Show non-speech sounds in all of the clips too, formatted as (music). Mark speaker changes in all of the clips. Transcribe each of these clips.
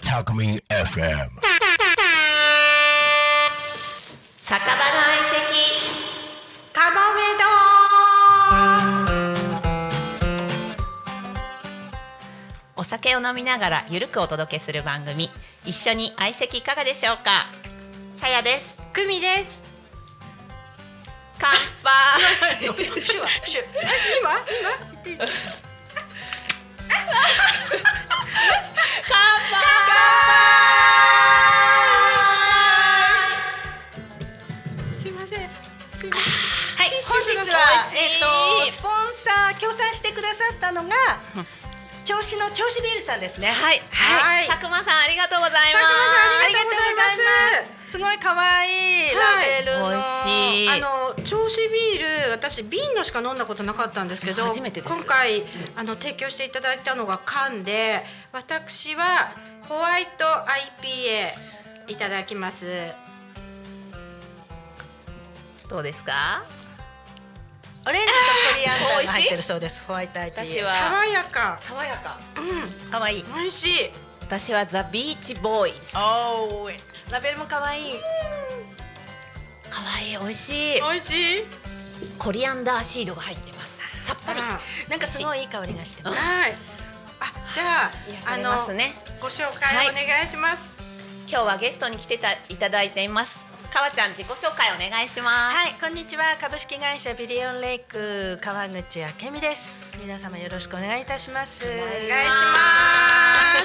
Speaker 1: 匠 FM
Speaker 2: 酒場の相席カモメ丼お酒を飲みながらゆるくお届けする番組一緒に相席いかがでしょうかさやです
Speaker 3: グミです。
Speaker 2: 乾杯
Speaker 3: シュワシュ。今今。
Speaker 2: 乾杯
Speaker 3: すいません。
Speaker 2: はい
Speaker 3: 本日
Speaker 2: 本日
Speaker 3: は
Speaker 2: は
Speaker 3: えっ
Speaker 2: え
Speaker 3: と
Speaker 2: っ
Speaker 3: スポンサー協賛してくださったのが調子の調子ビールさんですね。
Speaker 2: とはい、は、
Speaker 3: はいい。
Speaker 2: 佐久間さんありがとうございま
Speaker 3: 佐久間さんあり
Speaker 2: す
Speaker 3: がとうございます。すごい可愛いラベルの。
Speaker 2: はい美味しい
Speaker 3: あの調子ビール私瓶のしか飲んだことなかったんですけど、
Speaker 2: 初めてです
Speaker 3: 今回あの提供していただいたのが缶で、私はホワイト IPA いただきます。
Speaker 2: どうですか
Speaker 3: オレンジとコリアンダーが入ってるそうです。ホワイト IPA。
Speaker 2: 私は
Speaker 3: 爽やか。
Speaker 2: 爽やか
Speaker 3: う
Speaker 2: 可愛い
Speaker 3: ん、美味しい。
Speaker 2: 私はザ・ビーチボーイズ
Speaker 3: おお、ラベルも可愛い。
Speaker 2: 可愛い美味しい
Speaker 3: 美味しい。
Speaker 2: コリアンダーシードが入ってますさっぱり
Speaker 3: あ
Speaker 4: なんかすごいいい香りがして
Speaker 2: う
Speaker 4: ま
Speaker 2: ん
Speaker 4: す。
Speaker 3: はい。あ、じ
Speaker 2: 癒
Speaker 3: ゃあ、
Speaker 2: さ
Speaker 3: あ
Speaker 2: れます
Speaker 3: の、
Speaker 2: ね
Speaker 3: ご紹介お願いします。
Speaker 2: 今日はゲストに来てたいただいていますかわちゃん自己紹介お願いします、
Speaker 4: はい、こんにちは。株式会社ビリオンレイク川口明美です。皆様よろしくお願いいたします。
Speaker 3: お願いし
Speaker 2: 願いし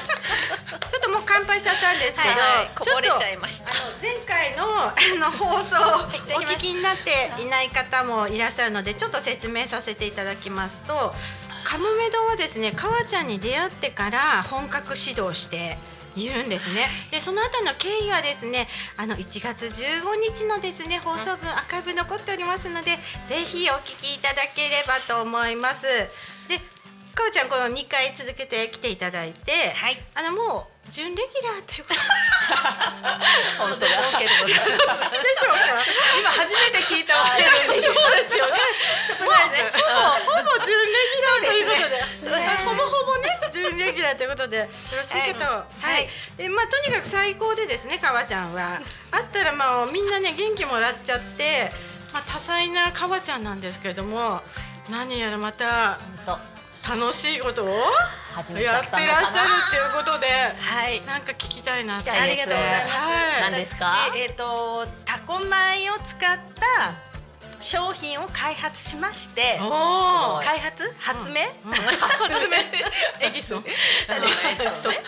Speaker 3: (laughs) ます。ちょっともう乾杯しちゃったんですけど、
Speaker 2: はいはいこぼれちゃ
Speaker 3: ょっ
Speaker 2: いました
Speaker 3: と。あの前回の (laughs) あの放送お聞きになっていない方もいらっしゃるのでちょっと説明させていただきますとカモメ堂はですね川ちゃんに出会ってから本格指導しているんですねでその後の経緯はですねあの1月15日のですね放送分アーカイブ残っておりますのでぜひお聞きいただければと思いますでかおちゃんこの2回続けて来ていただいて、
Speaker 2: はい
Speaker 3: あのもう準レギュラーということで
Speaker 2: 本当だ
Speaker 3: しょうか
Speaker 4: 今初めて聞いたわ。
Speaker 2: そうですよね
Speaker 3: ほぼ準レギュラーということで、ほぼほぼね、準レギュラーということで、よろしいけど、はい、で、まあ、とにかく最高でですね、かわちゃんは。あったら、まあ、みんなね、元気もらっちゃって、まあ、多彩なかわちゃんなんですけれども。何やらまた
Speaker 2: 本
Speaker 3: 楽しいことを
Speaker 2: 当始めちゃ
Speaker 3: や
Speaker 2: っ
Speaker 3: って
Speaker 2: たの
Speaker 3: らっしゃる
Speaker 2: か
Speaker 3: っていうことで、
Speaker 4: はい。
Speaker 3: なんか聞きたいなって
Speaker 2: 聞き。たい
Speaker 4: あ
Speaker 2: で
Speaker 4: り
Speaker 2: す
Speaker 4: がとうございます。
Speaker 3: はい
Speaker 2: 何ですか
Speaker 4: 私えっ、とタコ米を使った商品を開発しまして、
Speaker 3: お
Speaker 2: ー
Speaker 3: お、
Speaker 4: 開発発明、
Speaker 3: すめ、 (laughs) エジ
Speaker 4: (laughs)
Speaker 3: ソン。 (laughs)
Speaker 2: なそうね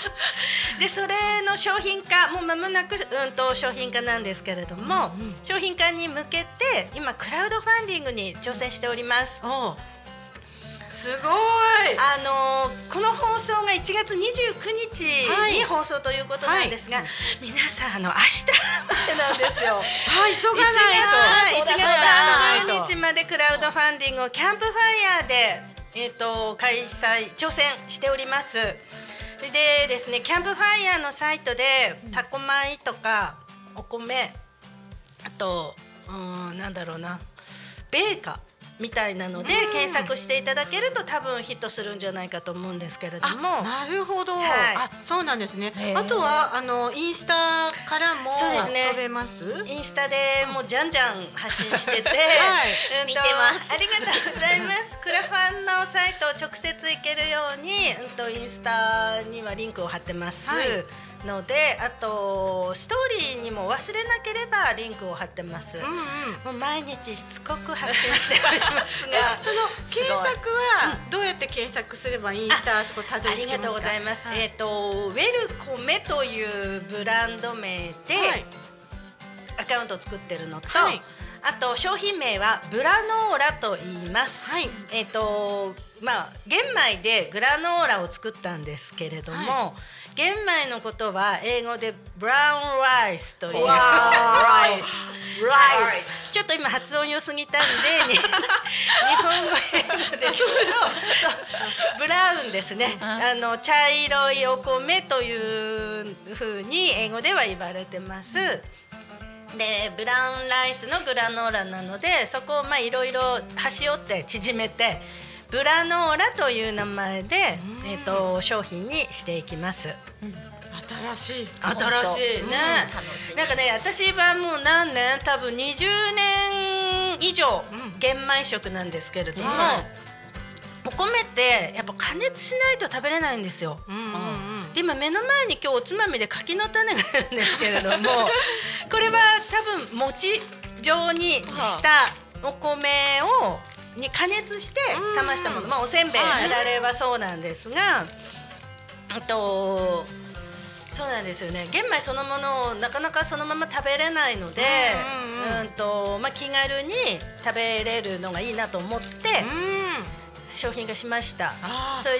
Speaker 4: でそれの商品化もう間もなく、うん、と商品化なんですけれども、商品化に向けて今クラウドファンディングに挑戦しております。
Speaker 3: おお。すごい。
Speaker 4: あのーこの放送が1月29
Speaker 3: はい
Speaker 4: 日に放送ということなんですが、皆さんあの明日までなんですよ。
Speaker 3: (laughs) はい、急
Speaker 4: 1
Speaker 3: がない
Speaker 2: と
Speaker 4: 月
Speaker 2: そうだ
Speaker 4: 1月30日までクラウドファンディングをキャンプファイヤーで、えー、と開催挑戦しておりますでですねキャンプファイヤーのサイトでタコ米とかお米あとうーんなんだろうな米菓みたいなので検索していただけると多分ヒットするんじゃないかと思うんですけれども
Speaker 3: あなるほど、
Speaker 4: はい
Speaker 3: あそうなんですね
Speaker 2: へー
Speaker 3: あとはあのインスタからも
Speaker 4: そうですね
Speaker 3: 飛べます
Speaker 4: インスタでもうじゃんじゃん発信 (laughs) してて、うんと
Speaker 2: 見てます
Speaker 4: ありがとうございます。クラファンのサイトを直接行けるように、うんとインスタにはリンクを貼ってます。
Speaker 3: はい
Speaker 4: のであとストーリーにも忘れなければリンクを貼ってます、
Speaker 3: うんうん
Speaker 4: もう毎日しつこく発信しており
Speaker 3: (laughs)
Speaker 4: ますが
Speaker 3: その検索はどうやって検索すればインスタあそこたど
Speaker 4: あ
Speaker 3: り着
Speaker 4: り
Speaker 3: けますか
Speaker 4: がとうございます。
Speaker 3: はい
Speaker 4: えっ、とウェルコメというブランド名で
Speaker 3: はい
Speaker 4: アカウントを作ってるのと、
Speaker 3: はい
Speaker 4: あと商品名はブラノーラと言います。
Speaker 3: はい
Speaker 4: えっ、とまあ玄米でグラノーラを作ったんですけれども、
Speaker 3: は
Speaker 4: 玄米のことは英語でブラウンライスという。
Speaker 2: わー
Speaker 4: ライスちょっと今発音良すぎたん
Speaker 3: (laughs)
Speaker 4: でに日本語英語ですけどブラウンですねあの茶色いお米というふうに英語では言われてますでブラウンライスのグラノーラなのでそこをまあいろいろ端折って縮めてブラノーラという名前で、えっと商品にしていきます。
Speaker 3: 新しい
Speaker 4: 新しいね、
Speaker 2: うん楽しみ
Speaker 4: なんかね私はもう何年多分20年以上
Speaker 3: うん
Speaker 4: 玄米食なんですけれども、
Speaker 2: はい
Speaker 4: お米ってやっぱ加熱しないと食べれないんですよ。
Speaker 3: うんうんうん
Speaker 4: で今目の前に今日おつまみで柿の種があるんですけれども
Speaker 3: (laughs)
Speaker 4: これは多分餅状にしたお米をに加熱して
Speaker 3: うん
Speaker 4: 冷ましたもの、まあ、おせんべい、
Speaker 3: はい
Speaker 4: あられはそうなんですがあとそうなんですよね玄米そのものをなかなかそのまま食べれないので
Speaker 3: うんうんうん
Speaker 4: うんとまあ気軽に食べれるのがいいなと思って
Speaker 3: うん
Speaker 4: 商品化しました
Speaker 3: あー
Speaker 4: それ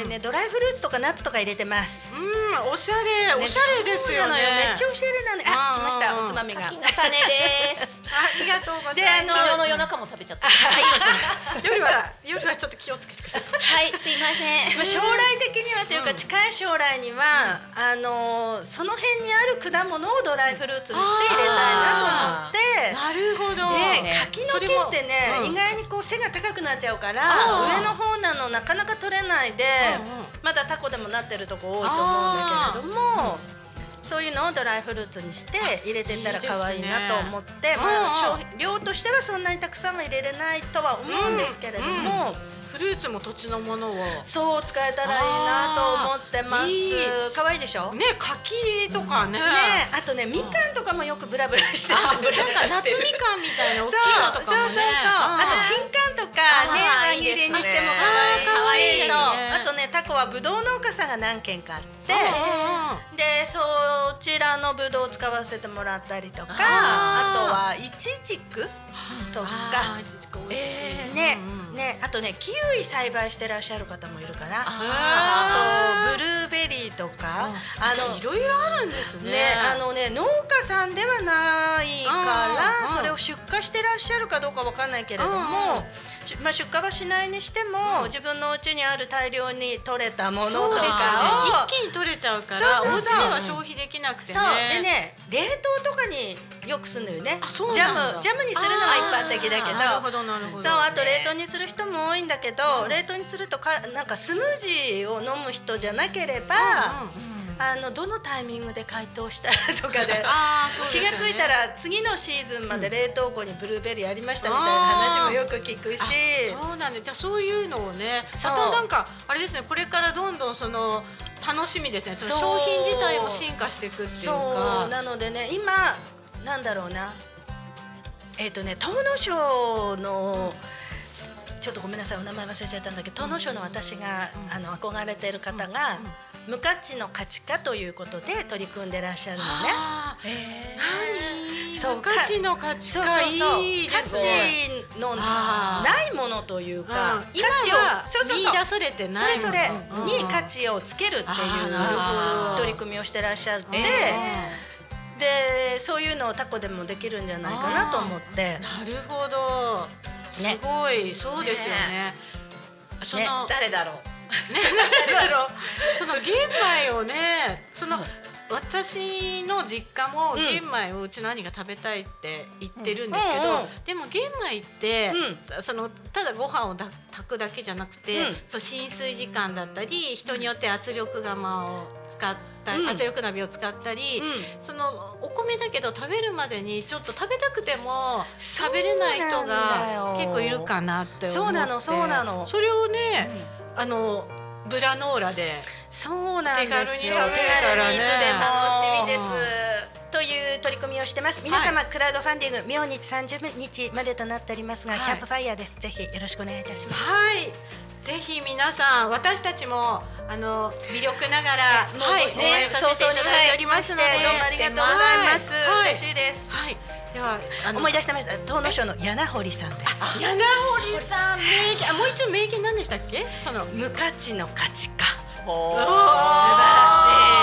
Speaker 3: うん、うん
Speaker 4: ねドライフルーツとかナッツとか入れてます。
Speaker 3: うん、おしゃれ、おしゃれですよね。
Speaker 4: そうなのめっちゃおしゃれなのよ。あ、来
Speaker 3: うん
Speaker 4: ました。
Speaker 3: うん
Speaker 4: おつまみが
Speaker 2: 柿。の種です。
Speaker 3: ありがとうござい
Speaker 4: で
Speaker 3: ま
Speaker 4: あ
Speaker 3: す。
Speaker 4: の
Speaker 2: 昨日の夜中も食べちゃった。は
Speaker 3: 夜は、夜はちょっと気をつけてください。
Speaker 2: い、すいませ
Speaker 4: まあ将来的にはという
Speaker 3: う
Speaker 4: か
Speaker 3: ん
Speaker 4: 近い将来には、あのーその辺にある果物をドライフルーツにして入れたいなと思って。
Speaker 3: なるほど。
Speaker 4: ね
Speaker 2: ね
Speaker 4: 柿の木ってね、
Speaker 3: それもうん
Speaker 4: 意外にこう背が高くなっちゃうから
Speaker 3: あー
Speaker 4: 上の方なのなかなか取れないで、
Speaker 3: うんうん
Speaker 4: まだタコでもなってるとこ多いと思うんだけれども。そういうのをドライフルーツにして入れてったら可愛いなと思って
Speaker 3: いいですね
Speaker 4: まあ、
Speaker 3: うん
Speaker 4: 消費量としてはそんなにたくさんは入れれないとは思うんですけれども、
Speaker 3: フルーツも土地のものを。
Speaker 4: そう使えたらいいなと思ってま
Speaker 3: あ
Speaker 4: す
Speaker 3: ーいい
Speaker 4: 可愛いでしょね
Speaker 3: ね、柿とかね。
Speaker 4: あとねみかんとかもよくブラブラしてる
Speaker 3: あ、なんか夏みかんみたいな大
Speaker 4: そう
Speaker 3: きいのとかもね。
Speaker 4: そうそうそうあと金柑とか
Speaker 2: あー
Speaker 4: ね輪切りにしても
Speaker 3: 可
Speaker 4: 可
Speaker 3: 愛
Speaker 4: 愛
Speaker 3: いで
Speaker 4: い
Speaker 3: すねあ
Speaker 4: し
Speaker 3: ー可愛いですね
Speaker 4: そうあとねタコはぶどう農家さんが何軒かあって
Speaker 3: あ
Speaker 4: でそちらのぶどうを使わせてもらったりとか
Speaker 3: あ
Speaker 4: あとはイチジクと
Speaker 3: あ
Speaker 4: か
Speaker 3: ー、いちじく美味しい。
Speaker 4: ね
Speaker 3: うんうん。
Speaker 4: ねあとねキウイ栽培してらっしゃる方もいるから
Speaker 2: あ
Speaker 4: あとブルーベリーとか
Speaker 3: あ
Speaker 4: あ
Speaker 3: の
Speaker 4: の
Speaker 3: いろいろあるんですね。
Speaker 4: ね、あのね農家さんではない
Speaker 3: あ
Speaker 4: から
Speaker 3: ー
Speaker 4: それを出荷してらっしゃるかどうかわかんないけれども
Speaker 3: うんうん、
Speaker 4: しまあ、出荷はしないにしても、自分の家にある大量に取れたものとか
Speaker 3: そ
Speaker 4: を
Speaker 3: うですよね。
Speaker 4: そう
Speaker 3: 一気に取れちゃうから、
Speaker 4: そう
Speaker 3: お家
Speaker 4: そうそう
Speaker 3: では消費できなくてね。
Speaker 4: でね冷凍とかによくするのよね
Speaker 3: あそう
Speaker 4: ジャ
Speaker 3: なんだ
Speaker 4: ムジャムにするのが一般的だけ
Speaker 3: なる
Speaker 4: ど
Speaker 3: ほどなるほど。
Speaker 4: そうあと冷凍にする人も多いんだけど、冷凍にするとかなんかスムージーを飲む人じゃなければ、
Speaker 2: ん。
Speaker 4: あのどのタイミングで解凍したらとかで
Speaker 3: (laughs) ああ、そうですよ
Speaker 4: 気
Speaker 3: ね
Speaker 4: がついたら次のシーズンまで冷凍庫にブルーベリーありましたみたいな話もよく聞くし、
Speaker 3: あそうなんで、じゃあそういうのをね、ま
Speaker 4: そう
Speaker 3: たなんかあれですね、これからどんどんその楽しみですね。その
Speaker 4: そう
Speaker 3: 商品自体も進化していくっていう
Speaker 4: そ
Speaker 3: か。
Speaker 4: うなのでね今なんだろうなえっ、とね東野省のちょっとごめんなさいお名前忘れちゃったんだけど東野省の私があの憧れてる方が無価値の価値化ということで取り組んでらっしゃるのね。
Speaker 3: あー何？
Speaker 4: そう
Speaker 3: 価値の価値
Speaker 4: そう
Speaker 3: か
Speaker 4: そうそう
Speaker 3: いいで
Speaker 4: 価
Speaker 3: す
Speaker 4: 値
Speaker 3: ね。
Speaker 4: の
Speaker 3: あー
Speaker 4: ないものという
Speaker 3: うん
Speaker 4: か、
Speaker 3: 今
Speaker 4: 価
Speaker 3: は
Speaker 4: 値をそうそう
Speaker 3: 見
Speaker 4: そう
Speaker 3: 出されて
Speaker 4: そ
Speaker 3: ない
Speaker 4: れ
Speaker 3: も
Speaker 4: ぞ
Speaker 3: の。
Speaker 4: れ
Speaker 3: う
Speaker 4: に
Speaker 3: ん
Speaker 4: 価値をつけるっていう
Speaker 3: あーなるほど
Speaker 4: 取り組みをしてらっしゃって、でそういうのをタコでもできるんじゃないかなと思って
Speaker 3: なるほど。すごい、そうですよね。その、
Speaker 4: ね
Speaker 2: 誰だろう。
Speaker 3: なんだろうその玄米をねその、
Speaker 2: はい
Speaker 3: 私の実家も
Speaker 4: うん
Speaker 3: 玄米をうちの兄が食べたいって言ってるんですけど、
Speaker 4: うんうんうん
Speaker 3: でも玄米って、
Speaker 4: うん
Speaker 3: そのただご飯をだ炊くだけじゃなくて、
Speaker 4: うん
Speaker 3: そう浸水時間だったり人によって圧力釜を使ったり、
Speaker 4: うん
Speaker 3: 圧力鍋を使ったり、
Speaker 4: うん
Speaker 3: そのお米だけど食べるまでにちょっと食べたくても
Speaker 4: そう
Speaker 3: 食べれない人が
Speaker 4: なんだよ
Speaker 3: 結構いるかなって思って
Speaker 4: そうなのそうなの
Speaker 3: それをね、あのブラノーラで
Speaker 4: そうなんですよ
Speaker 3: 手軽に食べれたらね
Speaker 4: 手軽にいつでも
Speaker 3: 楽しみです
Speaker 4: という取り組みをしてます皆様、クラウドファンディング明日30日までとなっておりますが、
Speaker 3: はい
Speaker 4: キャンプファイヤーですぜひよろしくお願いいたします
Speaker 3: はいぜひ皆さん私たちもあの魅力ながら応
Speaker 4: はい
Speaker 3: 援させていただいておりますので、
Speaker 4: はいどうもありがとうございます、
Speaker 3: はい
Speaker 4: 嬉しいです
Speaker 3: はい、ではあの
Speaker 4: 思い出してました東野省の柳堀さんです
Speaker 3: 柳堀さん名言あもう一度名言何でしたっけその
Speaker 4: 無価値の価値化
Speaker 2: ほう
Speaker 3: 素
Speaker 2: 素晴らし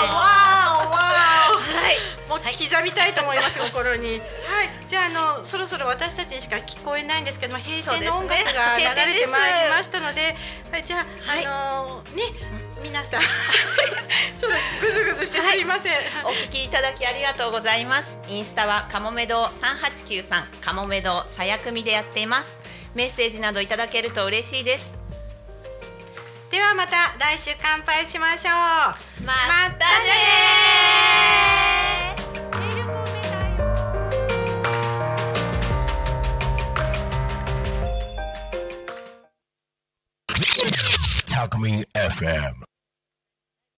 Speaker 2: い。
Speaker 3: わおわお
Speaker 4: はい
Speaker 3: もう刻みたいと思います、心に。はい、じゃあ、あの、そろそろ私たちにしか聞こえないんですけども、平成の音楽が流れてまいりましたので。はい、じゃあ、
Speaker 4: はい
Speaker 3: あのね、皆さん。 (laughs) ちょっとぐずぐずしてすいません。
Speaker 2: お聞きいただきありがとうございます。インスタはかもめ堂三八九三かもめ堂さやくみでやっています。メッセージなどいただけると嬉しいです。
Speaker 4: ではまた来週乾杯しましょう
Speaker 2: ま
Speaker 4: ま
Speaker 2: た
Speaker 4: た
Speaker 2: ね
Speaker 4: ね流行メダ
Speaker 1: タ
Speaker 4: ル
Speaker 1: クミ FM